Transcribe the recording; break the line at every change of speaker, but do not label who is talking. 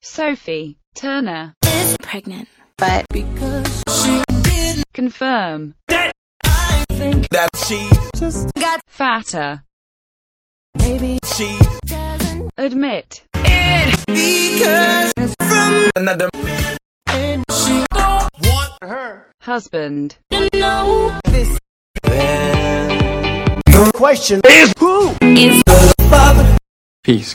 Sophie Turner.
is pregnant.
but
Confirm.
that she
Fatter.
she
Admit.
another
Husband.
man.
Peace.